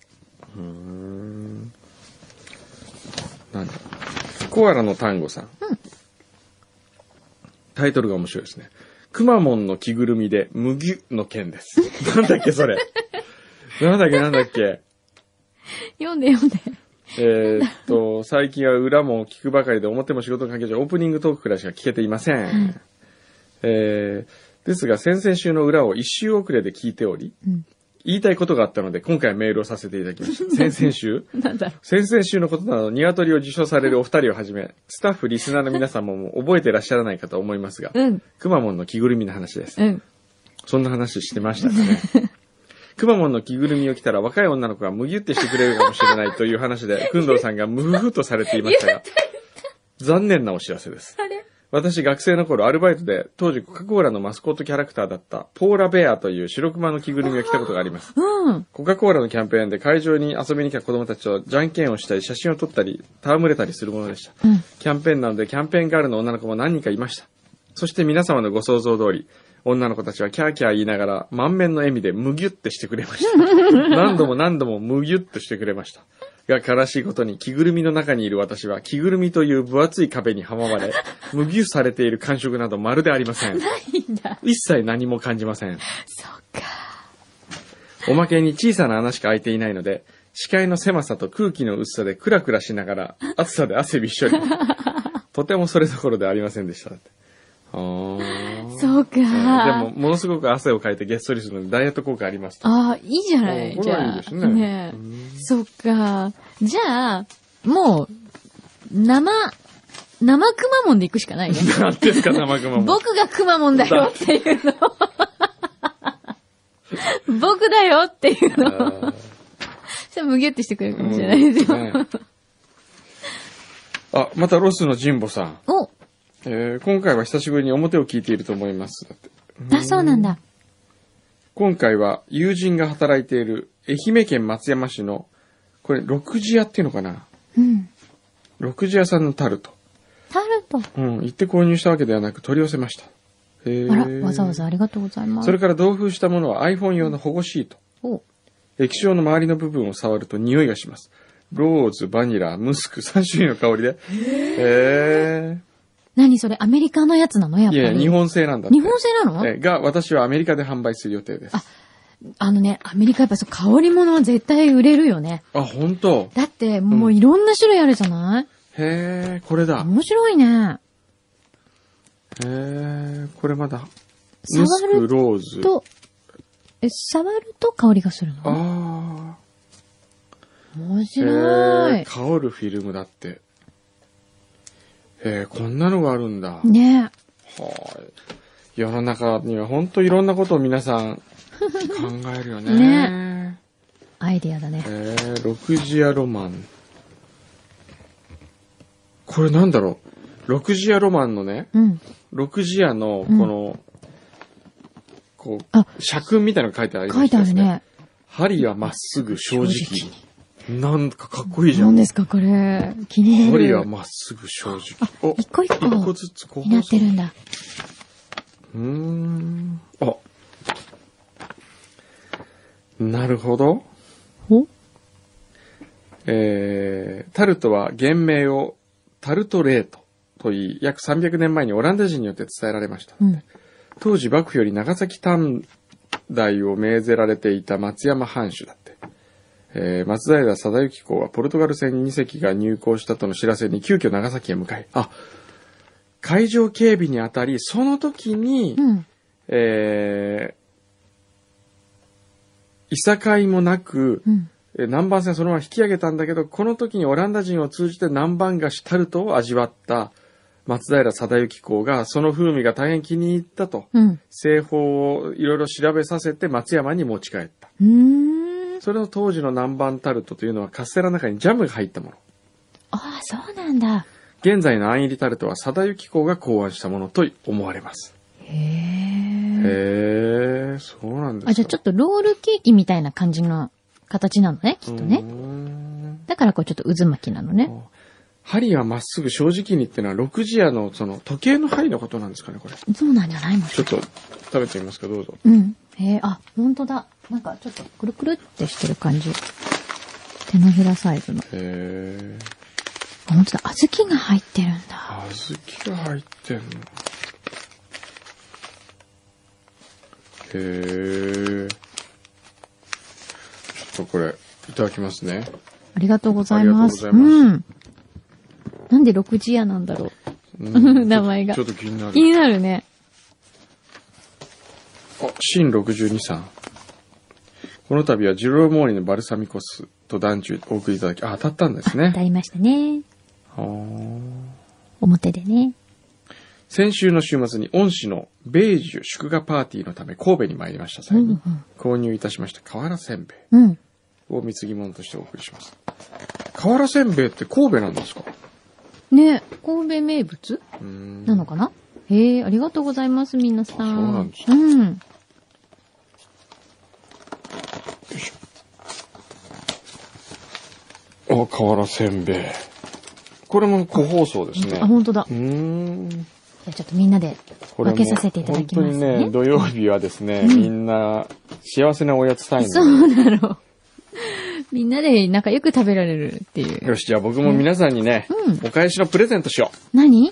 Speaker 1: うんなんだコアラの単語さん。タイトルが面白いですね。くまモンの着ぐるみで、むぎゅの剣です。 なんだっけ、それ。なんだっけ、なんだっけ。
Speaker 2: 読んで読んで。
Speaker 1: えーっと、最近は裏も聞くばかりで表も仕事の関係上オープニングトークくらいしか聞けていません。えーですが先々週の裏を一周遅れで聞いており、
Speaker 2: うん
Speaker 1: 言いたいことがあったので今回メールをさせていただきま した。先々週
Speaker 2: なんだろ
Speaker 1: 先々週のことなど、鶏を受賞されるお二人をはじめ、スタッフ、リスナーの皆様も覚えてらっしゃらないかと思いますが
Speaker 2: う。、うん。
Speaker 1: くまモンの着ぐるみの話です。
Speaker 2: うん。
Speaker 1: そんな話してましたかね。 くまモンの着ぐるみを着たら若い女の子がむぎゅってしてくれるかもしれないという話で、くんどうさんがむふふとされていました が、残念なお知らせです。
Speaker 2: あれ
Speaker 1: 私学生の頃アルバイトで当時コカ・コーラのマスコットキャラクターだったポーラベアという白熊の着ぐるみを着たことがあります。
Speaker 2: うん。
Speaker 1: コカ・コーラのキャンペーンで会場に遊びに来た子供たちとじゃんけんをしたり写真を撮ったり戯れたりするものでした。
Speaker 2: うん。
Speaker 1: キャンペーンなのでキャンペーンガールの女の子も何人かいました。そして皆様のご想像通り、女の子たちはキャーキャー言いながら満面の笑みでむぎゅってしてくれました。何度も何度もむぎゅっとしてくれました。が悲しいことに着ぐるみの中にいる私は着ぐるみという分厚い壁に阻まれ、むぎゅされている感触などまるでありませ ん。
Speaker 2: いいんだ。
Speaker 1: 一切何も感じません。
Speaker 2: そっか。
Speaker 1: おまけに小さな穴しか開いていないので、視界の狭さと空気の薄さでクラクラしながら、暑さで汗びっしょり。とてもそれどころではありませんでした。あー
Speaker 2: そうか。
Speaker 1: でも、ものすごく汗をかいてげっそりするので、ダイエット効果あり ますと。
Speaker 2: ああ、いいじゃない。
Speaker 1: うんこ
Speaker 2: じ
Speaker 1: れは
Speaker 2: ゃあ。
Speaker 1: いいですね
Speaker 2: ねえそっか。じゃあ、もう、生、生くまモンで行くしかないね。
Speaker 1: なんですか、生熊も。
Speaker 2: 僕がくまモンだよっていう の。僕だよっていう
Speaker 1: あ
Speaker 2: の。
Speaker 1: ー
Speaker 2: それむぎゅってしてくれるかもしれないですよ。
Speaker 1: うんねあ、またロスのジンボさん。
Speaker 2: お、
Speaker 1: えー今回は久しぶりに表を聞いていると思います。だって
Speaker 2: あ、そうなんだ。
Speaker 1: 今回は友人が働いている愛媛県松山市の、これ、六時屋っていうのかな
Speaker 2: うん。
Speaker 1: 六時屋さんのタルト。
Speaker 2: タルト。
Speaker 1: うん、行って購入したわけではなく取り寄せました。へー
Speaker 2: あら、わざわざありがとうございます。
Speaker 1: それから同封したものは iPhone 用の保護シート。
Speaker 2: お、
Speaker 1: 液晶の周りの部分を触ると匂いがします。ローズ、バニラ、ムスク、3種類の香りで。へ
Speaker 2: 何それアメリカのやつなのやっ
Speaker 1: ー。
Speaker 2: ぱ
Speaker 1: い
Speaker 2: り。
Speaker 1: やいや、日本製なんだって。
Speaker 2: 日本製なの
Speaker 1: えが、私はアメリカで販売する予定です。
Speaker 2: あのね、アメリカやっぱそう香り物は絶対売れるよね。
Speaker 1: あ、本当。
Speaker 2: だって、もういろんな種類あるじゃない、
Speaker 1: へえ、これだ。
Speaker 2: 面白いね。
Speaker 1: へえ、これまだ。
Speaker 2: 触
Speaker 1: ムスク
Speaker 2: る
Speaker 1: ローズ。
Speaker 2: と、え、触ると香りがするの
Speaker 1: ああ。
Speaker 2: 面
Speaker 1: へ
Speaker 2: 白
Speaker 1: え
Speaker 2: い。
Speaker 1: 香るフィルムだって。へえ、こんなのがあるんだ。
Speaker 2: ね
Speaker 1: はい。世の中には本当いろんなことを皆さ ん考えるよね。
Speaker 2: ねアイディアだね
Speaker 1: え。ー、ロクジアロマン。これなんだろう。ロクジアロマンのね、
Speaker 2: うん。
Speaker 1: ロクジアのこの、こ
Speaker 2: あ
Speaker 1: う、尺みたいなの書いてありま
Speaker 2: 書い
Speaker 1: してた
Speaker 2: あ
Speaker 1: で
Speaker 2: る
Speaker 1: す
Speaker 2: ね。
Speaker 1: 針はまっすぐ正直
Speaker 2: 正直
Speaker 1: に。なんかかっこいいじゃ
Speaker 2: 何
Speaker 1: ん。
Speaker 2: ですか、これ。気にな
Speaker 1: 針
Speaker 2: る
Speaker 1: は。まっすぐ正直。お、
Speaker 2: 一個一個
Speaker 1: 一個ずつこう。
Speaker 2: になってるんだ。
Speaker 1: うーん。あ。なるほど。
Speaker 2: お
Speaker 1: えー、タルトは原名をタルトレートと言い、約300年前にオランダ人によって伝えられました。
Speaker 2: うん。
Speaker 1: 当時幕府より長崎短大を命ぜられていた松山藩主だって。えー、松平貞之公はポルトガル船2隻が入港したとの知らせに急遽長崎へ向かい、あ、海上警備にあたり、その時に、
Speaker 2: うん。
Speaker 1: えー、いさかいもなく、
Speaker 2: うん。
Speaker 1: えー南蛮船そのまま引き上げたんだけど、この時にオランダ人を通じて南蛮菓子タルトを味わった松平貞之公が、その風味が大変気に入ったと、
Speaker 2: うん。
Speaker 1: 製法をいろいろ調べさせて松山に持ち帰った。
Speaker 2: うーん。
Speaker 1: それの当時の南蛮タルトというのはカステラの中にジャムが入ったもの。
Speaker 2: ああ、そうなんだ。
Speaker 1: 現在のあん入りタルトは貞之公が考案したものと思われます。
Speaker 2: へえ。
Speaker 1: へえ、そうなんですか。
Speaker 2: あ、じゃあちょっとロールケーキみたいな感じの形なのね、きっと
Speaker 1: う
Speaker 2: ね。
Speaker 1: ーん
Speaker 2: だからこうちょっと渦巻きなのね。
Speaker 1: 針はまっすぐ正直にってのは、6時屋のその時計の針のことなんですかね、これ。ち
Speaker 2: そうなんじゃないもん。
Speaker 1: ょっと食べてみますか、どうぞ。
Speaker 2: うん。へえ、あ、ほんとだ。なんかちょっとくるくるってしてる感じ。手のひらサイズの。
Speaker 1: へえ。
Speaker 2: あ、ほんとだ。小豆が入ってるんだ。
Speaker 1: 小豆が入ってんの。へえ。ちょっとこれ、いただきます ね。
Speaker 2: ありがとうございます。
Speaker 1: ありがとうございま
Speaker 2: ん。なんで6時屋なんだろう。
Speaker 1: う
Speaker 2: 名前が
Speaker 1: ちょっとちょっと気にな
Speaker 2: 気
Speaker 1: る。
Speaker 2: になるね。
Speaker 1: あ、シン62さん。この度はジローモーリーのバルサミコ酢と団中お送りいただき、あ、当たったんです
Speaker 2: 当た
Speaker 1: ね。
Speaker 2: りましたね。
Speaker 1: あー
Speaker 2: 表でね。
Speaker 1: 先週の週末に恩師のベージュ祝賀パーティーのため神戸に参りました際に、
Speaker 2: うんうん
Speaker 1: 購入いたしました瓦せんべい
Speaker 2: うん。
Speaker 1: を貢ぎ物としてお送りします。瓦せんべいって神戸なんですか
Speaker 2: ね、神戸名物
Speaker 1: うーん
Speaker 2: なのかな、へえ、ありがとうございます、みなさん。
Speaker 1: あそうなんです
Speaker 2: うん。
Speaker 1: あ、瓦せんべい。これも個包装ですね。
Speaker 2: あ、ほんとだ。
Speaker 1: うー
Speaker 2: じ
Speaker 1: ん。
Speaker 2: ゃあちょっとみんなで
Speaker 1: これ
Speaker 2: 分
Speaker 1: も
Speaker 2: けさせていただ
Speaker 1: 本
Speaker 2: き
Speaker 1: 当
Speaker 2: ます
Speaker 1: に
Speaker 2: ね。
Speaker 1: ね、土曜日はですね、みんな幸せなおやつタイム
Speaker 2: そ
Speaker 1: で
Speaker 2: うだろう。みんなで仲良く食べられるっていう。
Speaker 1: よし、じゃあ僕も皆さんにね、
Speaker 2: うん
Speaker 1: お返しのプレゼントしよ
Speaker 2: 何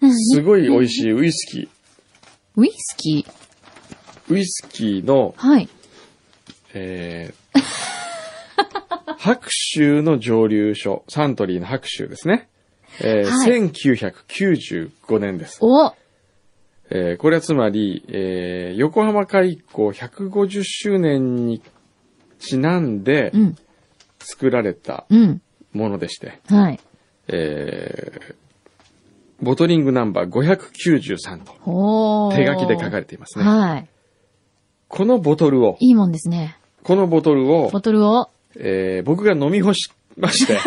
Speaker 2: 何
Speaker 1: う。すごい美味しいウイスキー。
Speaker 2: ウイスキー
Speaker 1: ウイスキーの
Speaker 2: はい。
Speaker 1: えー、 白州の蒸留所、サントリーの白州ですね。えー
Speaker 2: はい
Speaker 1: 1995年です。
Speaker 2: お
Speaker 1: えーこれはつまり、えー横浜開港150周年にちなんで
Speaker 2: うん。
Speaker 1: 作られた
Speaker 2: うん。
Speaker 1: ものでして、
Speaker 2: はい。
Speaker 1: えーボトリングナンバー593と
Speaker 2: おー。
Speaker 1: 手書きで書かれていますね。
Speaker 2: はい。
Speaker 1: このボトルを、
Speaker 2: いいもんですね。
Speaker 1: このボトルを
Speaker 2: ボ、トルを。
Speaker 1: えー僕が飲み干しま して、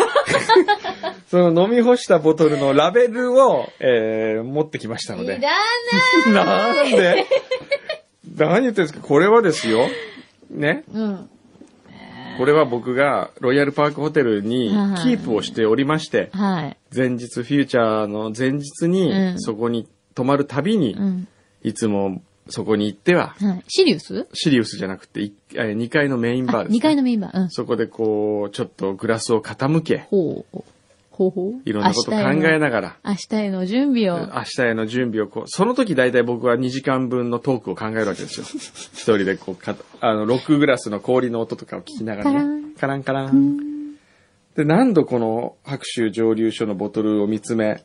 Speaker 1: その飲み干したボトルのラベルを、えー持ってきましたの
Speaker 2: いら
Speaker 1: で。
Speaker 2: ない
Speaker 1: なんで何言ってるんですかこれはですよ。ね。
Speaker 2: うん。
Speaker 1: これは僕がロイヤルパークホテルに
Speaker 2: はい
Speaker 1: キープをしておりまして、
Speaker 2: はい。
Speaker 1: 前日、フューチャーの前日
Speaker 2: う
Speaker 1: に、
Speaker 2: ん
Speaker 1: そこに泊まるたびに
Speaker 2: う、ん。
Speaker 1: いつもそこに行っては、
Speaker 2: はい。シリウス
Speaker 1: シリウスじゃなくて、2階のメインバーです、ね。
Speaker 2: 2階のメインバー。うん。
Speaker 1: そこでこう、ちょっとグラスを傾け、
Speaker 2: ほう。方法
Speaker 1: いろんなこと考えながら、
Speaker 2: 明日への準備を。
Speaker 1: 明日への準備をこう、その時大体僕は2時間分のトークを考えるわけですよ。一人でこうか、あの、ロックグラスの氷の音とかを聞きながら、ね、カランカラン。で、何度この白州蒸留所のボトルを見つめ、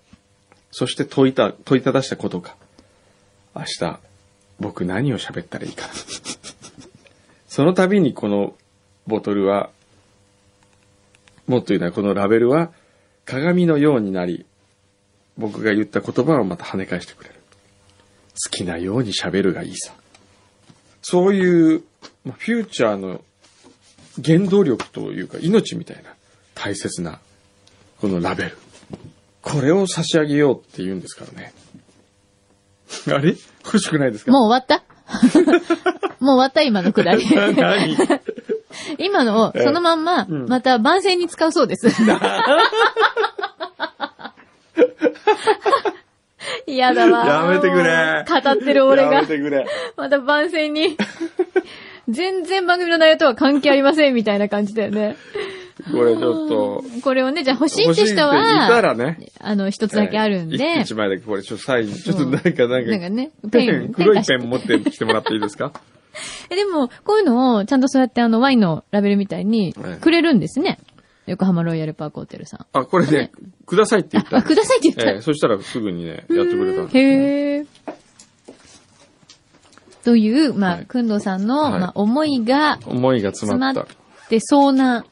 Speaker 1: そして問いた、問いただしたことか。明日、僕何を喋ったらいいかな。その度にこのボトルは、もっと言うならこのラベルは鏡のようになり、僕が言った言葉をまた跳ね返してくれる。好きなように喋るがいいさ。そういう、まあフューチャーの原動力というか命みたいな大切なこのラベル。これを差し上げようって言うんですからね。 あれ欲しくないですか
Speaker 2: もう終 わったもう終わった今のくだり。
Speaker 1: 何
Speaker 2: 今のをそのまんま、
Speaker 1: ん
Speaker 2: また番宣に使うそ うです。嫌だわ。
Speaker 1: やめてくれ
Speaker 2: 語ってる 俺
Speaker 1: や
Speaker 2: が
Speaker 1: め、てくれ。
Speaker 2: また番宣に。全然番組の内容とは関係ありませんみたいな感じだよね。
Speaker 1: これちょっと。
Speaker 2: これをね、じゃあ欲しいって人
Speaker 1: 欲しいって言った
Speaker 2: は、
Speaker 1: らね。
Speaker 2: あの、一つだけあるんで、
Speaker 1: 一一枚だけこれちょっとサイン、ちょっとなんか、なんか。
Speaker 2: なん かね
Speaker 1: ペ
Speaker 2: ペ
Speaker 1: ン、
Speaker 2: ン
Speaker 1: 黒い
Speaker 2: ペ
Speaker 1: ペ
Speaker 2: ン
Speaker 1: ン持ってきてもらっていいですか
Speaker 2: え、でも、こういうのを、ちゃんとそうやってあの、ワインのラベルみたいに
Speaker 1: はい、
Speaker 2: くれるんですね。横浜ロイヤルパークホテルさん。
Speaker 1: あ、これ ね、くださいって言った
Speaker 2: あ、あくださいって言った。
Speaker 1: ええそしたらすぐにね、やってくれたんですよ
Speaker 2: へえ。という、ま
Speaker 1: は
Speaker 2: あ、
Speaker 1: い
Speaker 2: くんどさんの、
Speaker 1: はい
Speaker 2: まあ、思いが
Speaker 1: 思いが詰
Speaker 2: 詰
Speaker 1: ま
Speaker 2: ま
Speaker 1: っ。
Speaker 2: ったてそうな、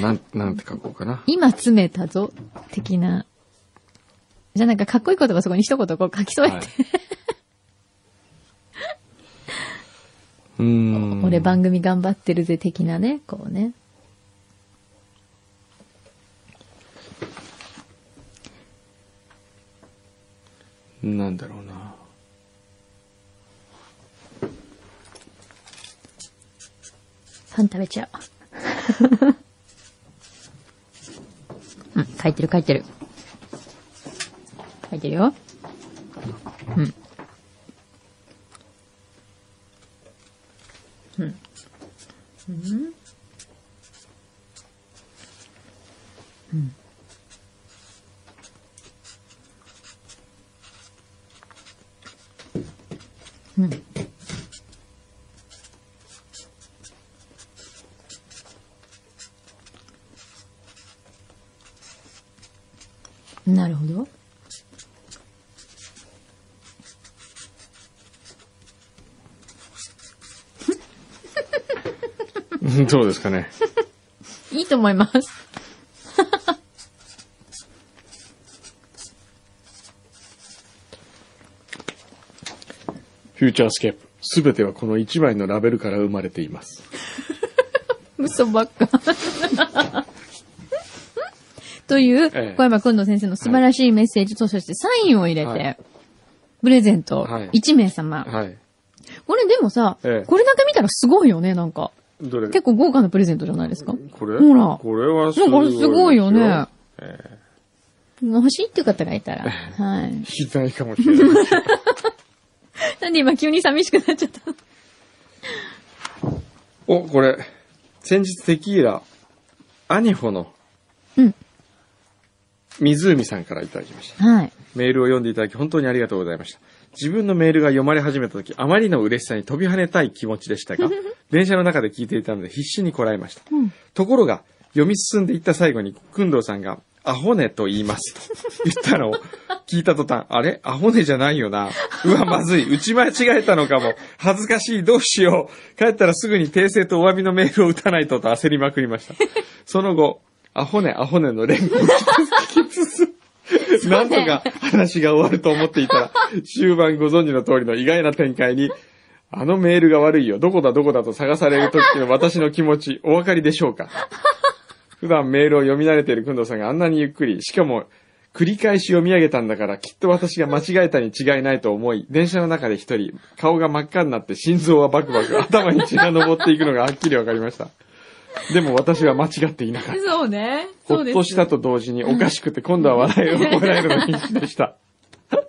Speaker 1: なん、なんて書こうかな。
Speaker 2: 今詰めたぞ、的な。じゃあなんかかっこいい言葉そこに一言こう書き添えて、
Speaker 1: はいうーん。
Speaker 2: 俺番組頑張ってるぜ、的なね、こうね。
Speaker 1: なんだろうな。
Speaker 2: パン食べちゃ う。うん、書いてる書いてる。書いてるよ。うん。うん。うん。うん。うん。なるほど。
Speaker 1: どうですかね。
Speaker 2: いいと思います。
Speaker 1: フューチャースケープ。すべてはこの一枚のラベルから生まれています。
Speaker 2: 嘘ばっか。 という、
Speaker 1: ええ
Speaker 2: 小山くんの先生の素晴らしいメッセージと、そしてサインを入れて、
Speaker 1: はい
Speaker 2: プレゼント
Speaker 1: はい
Speaker 2: 1名様。
Speaker 1: はい。
Speaker 2: これでもさ、
Speaker 1: ええ
Speaker 2: これだけ見たらすごいよね、なんか。
Speaker 1: どれ
Speaker 2: 結構豪華なプレゼントじゃないですか。
Speaker 1: これ
Speaker 2: ほら
Speaker 1: これはす
Speaker 2: なん
Speaker 1: ごい。
Speaker 2: かこれすごいよね。。
Speaker 1: ええ
Speaker 2: 欲しいっていう方がいた ら。はい。
Speaker 1: 聞きたいかもしれない。
Speaker 2: なんで今急に寂しくなっちゃったの
Speaker 1: お、これ。先日テキーラ、アニホの
Speaker 2: うん。
Speaker 1: 湖さんからいただきました。
Speaker 2: はい。
Speaker 1: メールを読んでいただき本当にありがとうございました。自分のメールが読まれ始めた時、あまりの嬉しさに飛び跳ねたい気持ちでしたが、電車の中で聞いていたので必死にこらえました。
Speaker 2: うん。
Speaker 1: ところが、読み進んでいった最後に、くんどうさんが、アホネと言い ますと言ったのを聞いた途端、あれアホネじゃないよな。うわ、まずい。打ち間違えたのかも。恥ずかしい。どうしよう。帰ったらすぐに訂正とお詫びのメールを打たないとと焦りまくりました。その後、アホネ、アホネの連呼を聞きつつ、 なんとか話が終わると思っていたら、終盤ご存知の通りの意外な展開に、あのメールが悪いよ。どこだどこだと探される時の私の気持ち、お分かりでしょうか普段メールを読み慣れているくんどうさんがあんなにゆっくり、しかも繰り返し読み上げたんだからきっと私が間違えたに違いないと思い、電車の中で一人、顔が真っ赤になって心臓はバクバク、頭に血が上っていくのがはっきりわかりました。でも私は間違っていなかった。
Speaker 2: そうね。
Speaker 1: ほ
Speaker 2: そう
Speaker 1: っ
Speaker 2: です。
Speaker 1: としたと同時におかしくて今度は笑いを こらえるのに必死でした。
Speaker 2: そう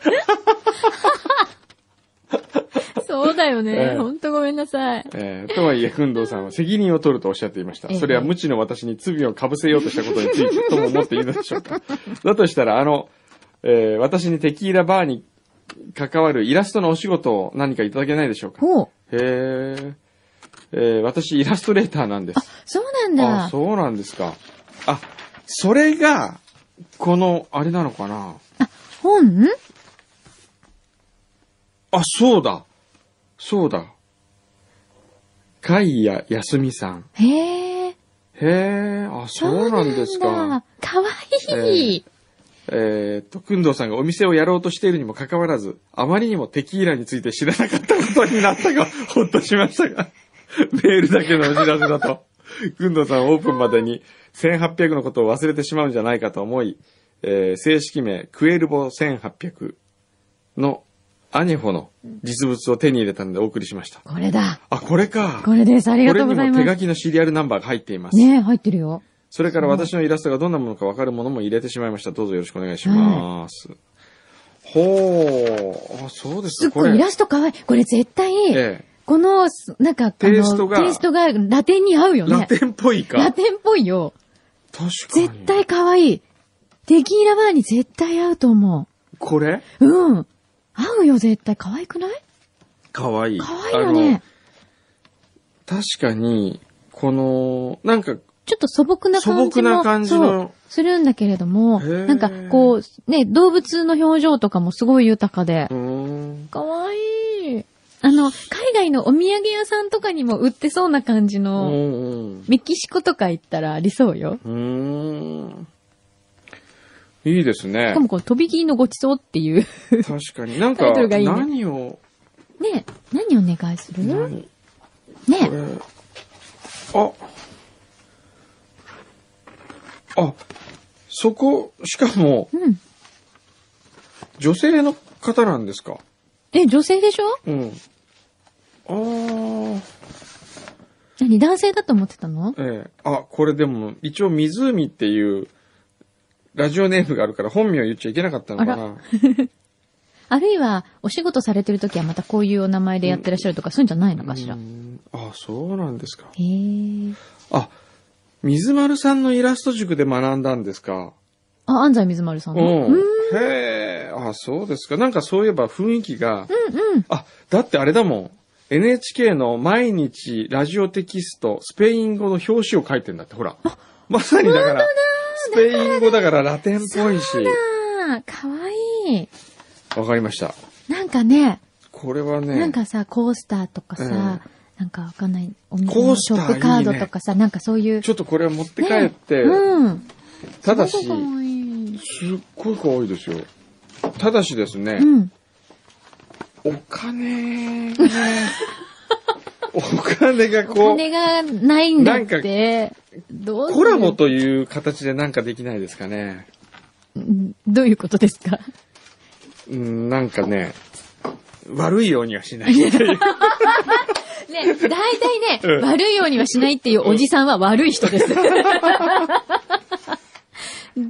Speaker 2: そうだよ
Speaker 1: え
Speaker 2: ね。
Speaker 1: え
Speaker 2: ほんとごめんなさい。
Speaker 1: えーとはいえ、くんどうさんは責任を取るとおっしゃっていました。
Speaker 2: ええ
Speaker 1: それは無知の私に罪をかぶせようとしたことについてとも思っているのでしょう か。だとしたら、あの、えー私にテキーラバーに関わるイラストのお仕事を何かいただけないでしょうか。
Speaker 2: ほう。
Speaker 1: へーえー私イラストレーターなんです。
Speaker 2: そうなん
Speaker 1: あ、
Speaker 2: だ。
Speaker 1: そうなんですか。あ、それが、この、あれなのかな。
Speaker 2: 本
Speaker 1: あ、そうだ。そうだ。海や休みさん。
Speaker 2: へえ。
Speaker 1: へえ、あ、そうなんですか。。
Speaker 2: かわいい。
Speaker 1: えーっと、くんどうさんがお店をやろうとしているにもかかわらず、あまりにもテキーラについて知らなかったことにな ったが、ほっとしましたが、メールだけのお知らせだと。くんどうさんオープンまでに1800のことを忘れてしまうんじゃないかと思い、えー正式名、クエルボ1800のアニェホの実物を手に入れたのでお送りしました。
Speaker 2: これだ。
Speaker 1: あ、これか。
Speaker 2: これです。ありがとうござ
Speaker 1: これに
Speaker 2: い
Speaker 1: も手
Speaker 2: ま。
Speaker 1: 書きのシリアルナンバーが入っていますす。
Speaker 2: ねえ、入ってるよ。
Speaker 1: それから私のイラストがどんなものかわかるものも入れてしまいました。どうぞよろしくお願いします。ほう。あ、そうです
Speaker 2: すっ
Speaker 1: か、こ
Speaker 2: ごい、イ
Speaker 1: れ。
Speaker 2: ラストかわいい。これ絶対、
Speaker 1: ええ。
Speaker 2: この、すなんか、あの
Speaker 1: テイストが
Speaker 2: テイストがラテンに合うよ
Speaker 1: ラ
Speaker 2: ね。
Speaker 1: テンっぽいか。
Speaker 2: ラ
Speaker 1: 確
Speaker 2: テンっぽいよ。
Speaker 1: かに。
Speaker 2: 絶対かわいい。テキーラバーに絶対合うと思
Speaker 1: これ
Speaker 2: う。うん。合うよ、絶対。かわいくない
Speaker 1: かわいい。
Speaker 2: かわいいよね。
Speaker 1: あの。確かに、この、なんか、
Speaker 2: ちょっと素朴な感じ
Speaker 1: 素朴
Speaker 2: も
Speaker 1: な感じの
Speaker 2: そうするんだけれども、
Speaker 1: へー
Speaker 2: なんかこう、ね、動物の表情とかもすごい豊かで
Speaker 1: う、ーん。
Speaker 2: かわいい。あの、海外のお土産屋さんとかにも売ってそうな感じ
Speaker 1: う
Speaker 2: の、
Speaker 1: んうん。
Speaker 2: メキシコとか行ったらありそうよ。
Speaker 1: うーん。いいです
Speaker 2: し
Speaker 1: ね
Speaker 2: か。もこの飛び切りのごちそうっていう。
Speaker 1: 確かに。なん
Speaker 2: タ
Speaker 1: か
Speaker 2: イト、ルがいいね
Speaker 1: 何を、
Speaker 2: ね、何お願いするね、
Speaker 1: 何これあ。あ、そこ、しかも、
Speaker 2: うん。
Speaker 1: 女性の方なんですか。
Speaker 2: え、女性でしょ
Speaker 1: うん。あー
Speaker 2: 何男性だと思ってたの
Speaker 1: ええあ、これでも、一応、湖っていう、ラジオネームがあるから、本名言っちゃいけなかったのか
Speaker 2: あ
Speaker 1: な。
Speaker 2: あるいは、お仕事されてる時はまたこういうお名前でやってらっしゃるとか、そういうんじゃないのかしら。
Speaker 1: う
Speaker 2: へ
Speaker 1: んあ、そうなんですか。
Speaker 2: え。
Speaker 1: あ、水丸さんのイラスト塾で学んだんですか。
Speaker 2: あ、安西水丸さんの。
Speaker 1: うん。へえ、あ、そうですか。なんかそういえば雰囲気が、あ、だってあれだもん。NHK の毎日ラジオテキスト、スペイン語の表紙を書いてんだって、ほら。まさにだから、スペイン語だからラテンっぽいし。
Speaker 2: あーかわいい。
Speaker 1: わかりました。
Speaker 2: なんかね、
Speaker 1: これはね、
Speaker 2: なんかさ、コースターとかさ、
Speaker 1: うん
Speaker 2: なんかわかんない、お店
Speaker 1: コー
Speaker 2: の
Speaker 1: ス
Speaker 2: シ
Speaker 1: ター
Speaker 2: ョップカードとかさ、なんかそういう。
Speaker 1: ちょっとこれを持って帰って、
Speaker 2: ねうん。
Speaker 1: ただし、
Speaker 2: す
Speaker 1: す
Speaker 2: ご
Speaker 1: っご
Speaker 2: く可愛い
Speaker 1: い可愛いですよ。ただしですね、
Speaker 2: うん。
Speaker 1: お金がね、お金が こ
Speaker 2: お
Speaker 1: う、
Speaker 2: 金がないんだって、どうする
Speaker 1: コラボという形でなんかできないですかね。
Speaker 2: うんどういうことですか
Speaker 1: うん、なんかね、悪いようにはし ないっていう。
Speaker 2: ね、大体ね、
Speaker 1: うん
Speaker 2: 悪いようにはしないっていうおじさんは悪い人 です。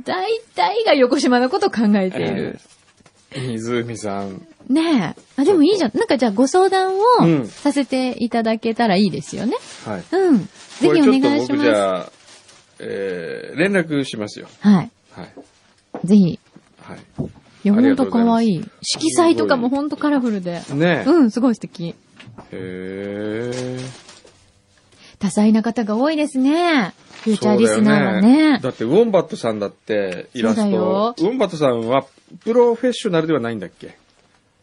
Speaker 2: 大体が横島のことを考えている。
Speaker 1: えー湖さん。
Speaker 2: ねえ。あ、でもいいじゃん。なんかじゃあご相談
Speaker 1: う
Speaker 2: を
Speaker 1: ん
Speaker 2: させていただけたらいいですよね。
Speaker 1: はい。
Speaker 2: うん。ぜひお
Speaker 1: これちょっと
Speaker 2: 願いし
Speaker 1: 僕
Speaker 2: ま
Speaker 1: じ
Speaker 2: す。
Speaker 1: ゃあ、えー、連絡しますよ。
Speaker 2: はい。
Speaker 1: はい。
Speaker 2: ぜひ。い
Speaker 1: は
Speaker 2: や、
Speaker 1: あ
Speaker 2: ほ
Speaker 1: りが
Speaker 2: ん
Speaker 1: と
Speaker 2: と
Speaker 1: うご
Speaker 2: 可
Speaker 1: ざいます
Speaker 2: 愛い。色彩とかもほんとカラフルで。
Speaker 1: い。ねえ。
Speaker 2: うん、すごい素敵。
Speaker 1: へ
Speaker 2: 多彩な方が多いですね。フュ
Speaker 1: ー。
Speaker 2: ーチャーリスナーはね。
Speaker 1: だって、ウォンバットさんだって、イラス
Speaker 2: そうだよ
Speaker 1: ト。ウォンバットさんは、プロフェッショナルではないんだっけ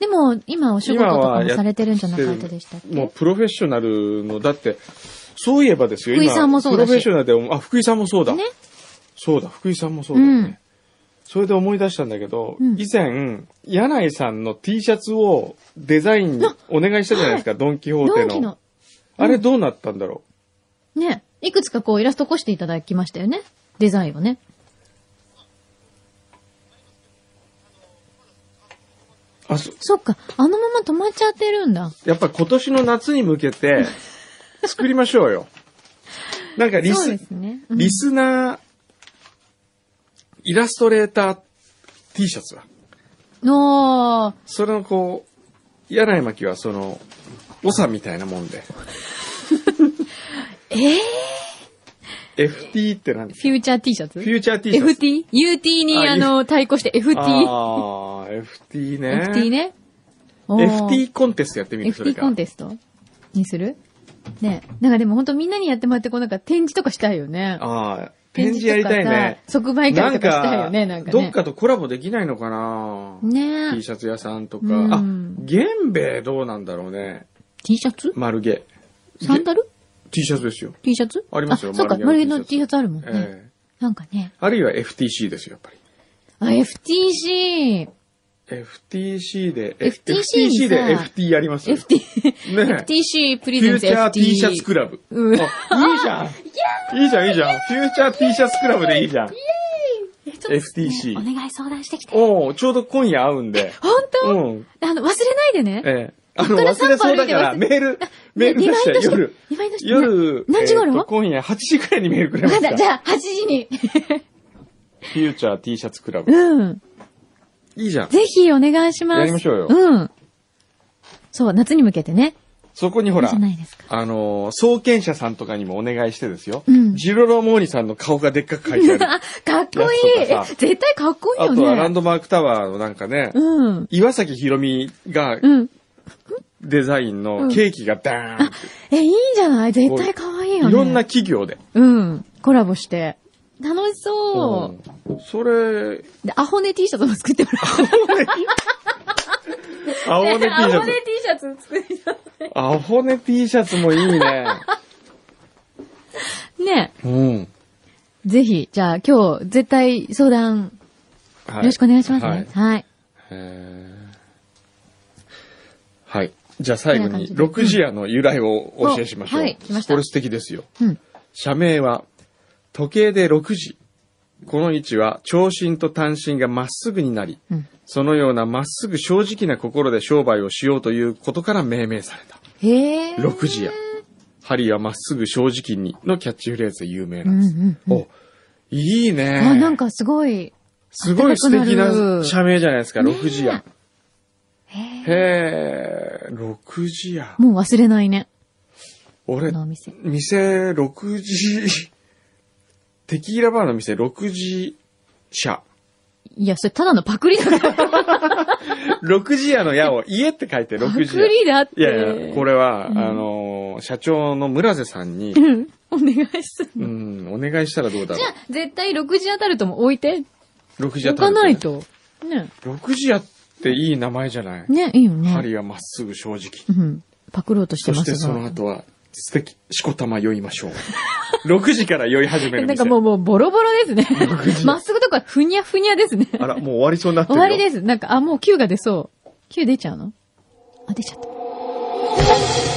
Speaker 2: でも、今お仕事とかもされてるんじゃなかったでしたっ
Speaker 1: もう
Speaker 2: け
Speaker 1: プロフェッショナルの、だって、そういえばですよ、今
Speaker 2: 福井さんもそうだ
Speaker 1: プロ
Speaker 2: し
Speaker 1: フェッショナルで思、あ、福井さんもそうだ。
Speaker 2: ね。
Speaker 1: そうだ、福井さんもそうだよね。
Speaker 2: うん
Speaker 1: それで思い出したんだけど、
Speaker 2: うん
Speaker 1: 以前、柳井さんの T シャツをデザインお願いしたじゃないですか、ドン・キホー
Speaker 2: 同
Speaker 1: テの。
Speaker 2: 期の。
Speaker 1: あれどうなったんだろ
Speaker 2: ね。いくつかこうイラスト起こしていただきましたよね。デザインをね。
Speaker 1: う。あ、そ
Speaker 2: そっか。あのまま止まっちゃってるんだ。
Speaker 1: やっぱ今年の夏に向け て、作りましょうよ。なんかリ
Speaker 2: そう
Speaker 1: ス、
Speaker 2: ですね。うん
Speaker 1: リスナー、イラストレーター T シャツは。
Speaker 2: おー。
Speaker 1: それのこう、柳巻はその、長みたいなもんで。え ?FT って何です
Speaker 2: フューチャー T シャツ
Speaker 1: かフューチャー T シャツ。
Speaker 2: FT? UT に
Speaker 1: あ
Speaker 2: あの、対抗して FT。
Speaker 1: ああ、FT ね。
Speaker 2: FT。ね。おー
Speaker 1: FT コンテストやってみるそれ
Speaker 2: FT
Speaker 1: か。
Speaker 2: コンテストにするねえなんかでも本当みんなにやってもらってこうなんか展示とかしたいよね。
Speaker 1: ああ、展示やりたいね。
Speaker 2: 展示とかさ即売会とかしたいよね、なんかね。
Speaker 1: どっかとコラボできないのかな、
Speaker 2: ね
Speaker 1: T シャツ屋さんとか。
Speaker 2: うん
Speaker 1: あ、玄兵衛どうなんだろうね。
Speaker 2: T シャツ
Speaker 1: 丸毛。
Speaker 2: サンダル
Speaker 1: T シャツですよ。
Speaker 2: ?T シャツ
Speaker 1: ありますよ
Speaker 2: そうか、
Speaker 1: 丸
Speaker 2: 丸
Speaker 1: 毛
Speaker 2: 毛
Speaker 1: の
Speaker 2: の
Speaker 1: T シ
Speaker 2: T シ
Speaker 1: ャ
Speaker 2: ャツあるもんね。
Speaker 1: ええ
Speaker 2: なんかね。
Speaker 1: あるいは FTC ですよ、やっぱり。
Speaker 2: あ、FTC。
Speaker 1: FTC で、
Speaker 2: FTC に
Speaker 1: FTC
Speaker 2: さ
Speaker 1: で FT やりますよ。
Speaker 2: FT、
Speaker 1: ね
Speaker 2: FTC プ
Speaker 1: フ
Speaker 2: リゼ
Speaker 1: ュ
Speaker 2: ン
Speaker 1: ー
Speaker 2: ツ
Speaker 1: チャー
Speaker 2: FT。
Speaker 1: T シャツクラブ。
Speaker 2: うん
Speaker 1: あいいじゃん。いいじゃん、いいじゃん。フューチャー T シャツクラブでいいじゃん。FTC
Speaker 2: お願い相談してきて。
Speaker 1: おおちょうど今夜会うんで。
Speaker 2: 本当
Speaker 1: うん。
Speaker 2: あの、忘れないでね。
Speaker 1: ええ。あの、
Speaker 2: こから
Speaker 1: 忘れ
Speaker 2: 散歩
Speaker 1: そう
Speaker 2: 歩
Speaker 1: だ
Speaker 2: いて
Speaker 1: から、
Speaker 2: 忘
Speaker 1: メ
Speaker 2: れ
Speaker 1: ー ル、メール
Speaker 2: リ
Speaker 1: 出
Speaker 2: マイ
Speaker 1: し
Speaker 2: ンド
Speaker 1: て、
Speaker 2: して
Speaker 1: 夜、
Speaker 2: リマインドして
Speaker 1: 夜、
Speaker 2: 何時頃
Speaker 1: えーと今夜8時くらいにメールくれま
Speaker 2: ます
Speaker 1: か
Speaker 2: だ、じゃあ、8時に。
Speaker 1: フューチャー T シャツクラブ。
Speaker 2: うん。
Speaker 1: いいじゃん。
Speaker 2: ぜひお願いします。
Speaker 1: やりましょうよ
Speaker 2: うん。そう、夏に向けてね。
Speaker 1: そこにほ
Speaker 2: いい
Speaker 1: ら
Speaker 2: じゃ、ないですか。
Speaker 1: あのー、創建者さんとかにもお願いしてですよ。
Speaker 2: うん
Speaker 1: ジロロモーニさんの顔がでっかく書 いてある。
Speaker 2: あ、かっこい
Speaker 1: や
Speaker 2: い。
Speaker 1: つと
Speaker 2: え
Speaker 1: かさ
Speaker 2: 絶対かっこいい
Speaker 1: あ
Speaker 2: よ
Speaker 1: とはラン
Speaker 2: ね。
Speaker 1: ドマークタワーのなんかね、
Speaker 2: うん。
Speaker 1: 岩崎宏美が
Speaker 2: うん。
Speaker 1: デザイン
Speaker 2: う
Speaker 1: の
Speaker 2: ん
Speaker 1: ケーキがダーンって、
Speaker 2: え、いいんじゃない絶対かわいいよね。
Speaker 1: いろんな。企業で。
Speaker 2: うん。コラボして。楽しそう。
Speaker 1: うんそれ、
Speaker 2: で、アホネ T シャツも作ってもら
Speaker 1: 青
Speaker 2: お
Speaker 1: ね
Speaker 2: う。
Speaker 1: T シ
Speaker 2: ア
Speaker 1: ャ
Speaker 2: ホネ
Speaker 1: ツ。
Speaker 2: T シャツ作りた
Speaker 1: 青ね T シャツもいいね。
Speaker 2: い。ね
Speaker 1: うん。
Speaker 2: ぜひ、じゃあ今日、絶対相談、
Speaker 1: は
Speaker 2: よろしくお願いします
Speaker 1: は
Speaker 2: ね。はい。
Speaker 1: えーはい。じゃあ最後
Speaker 2: こんな感
Speaker 1: に、
Speaker 2: じで
Speaker 1: 六時屋の由来をお教えしましょう。
Speaker 2: おはい来ました
Speaker 1: これ素敵ですよ。
Speaker 2: うん。
Speaker 1: 社名は、時計で6時。この位置は、長身と短身がまっすぐになり、
Speaker 2: うん。
Speaker 1: そのようなまっすぐ正直な心で商売をしようということから命名された。
Speaker 2: へえ。
Speaker 1: 6時や。ハリーはまっすぐ正直にのキャッチフレーズで有名なんです。
Speaker 2: うんうん
Speaker 1: お、いいね。
Speaker 2: あ、なんかすごい。
Speaker 1: すごい素敵
Speaker 2: 暖かくな
Speaker 1: な
Speaker 2: る
Speaker 1: 社名じゃないですか、6時や。
Speaker 2: へ
Speaker 1: へ
Speaker 2: え。
Speaker 1: え、6時や。
Speaker 2: もう忘れないね。
Speaker 1: 俺
Speaker 2: こ、のお店。
Speaker 1: 店6時、テキーラバーの店6時社。
Speaker 2: いや、それただのパクリだから。パ
Speaker 1: 6時屋の屋を家って書いて6時
Speaker 2: ク
Speaker 1: 屋。い
Speaker 2: リだって。
Speaker 1: やいや、これは、
Speaker 2: うん
Speaker 1: あのー、社長の村瀬さんに、
Speaker 2: うん。お願いする。
Speaker 1: うん、お願いしたらどうだろ
Speaker 2: じゃあ、絶対6時アタルトも置いて。
Speaker 1: う。6時屋
Speaker 2: 置かない。と。ね。
Speaker 1: 6時屋っていい名前じゃない
Speaker 2: ね、いいよね。
Speaker 1: 針はまっすぐ正直。
Speaker 2: うん。パクろうとして
Speaker 1: そ
Speaker 2: ま
Speaker 1: し
Speaker 2: す
Speaker 1: て
Speaker 2: が。
Speaker 1: その後は、素敵、しこたま酔いましょう。6時から酔い始める店。
Speaker 2: なんかもう、もう、ボロボロですね。まっすぐとか、ふにゃふにゃですね。
Speaker 1: あら、もう終わりそうになって
Speaker 2: 終
Speaker 1: るよ。
Speaker 2: わりです。なんか、あ、もう9が出そう。9出ちゃうのあ、出ちゃった。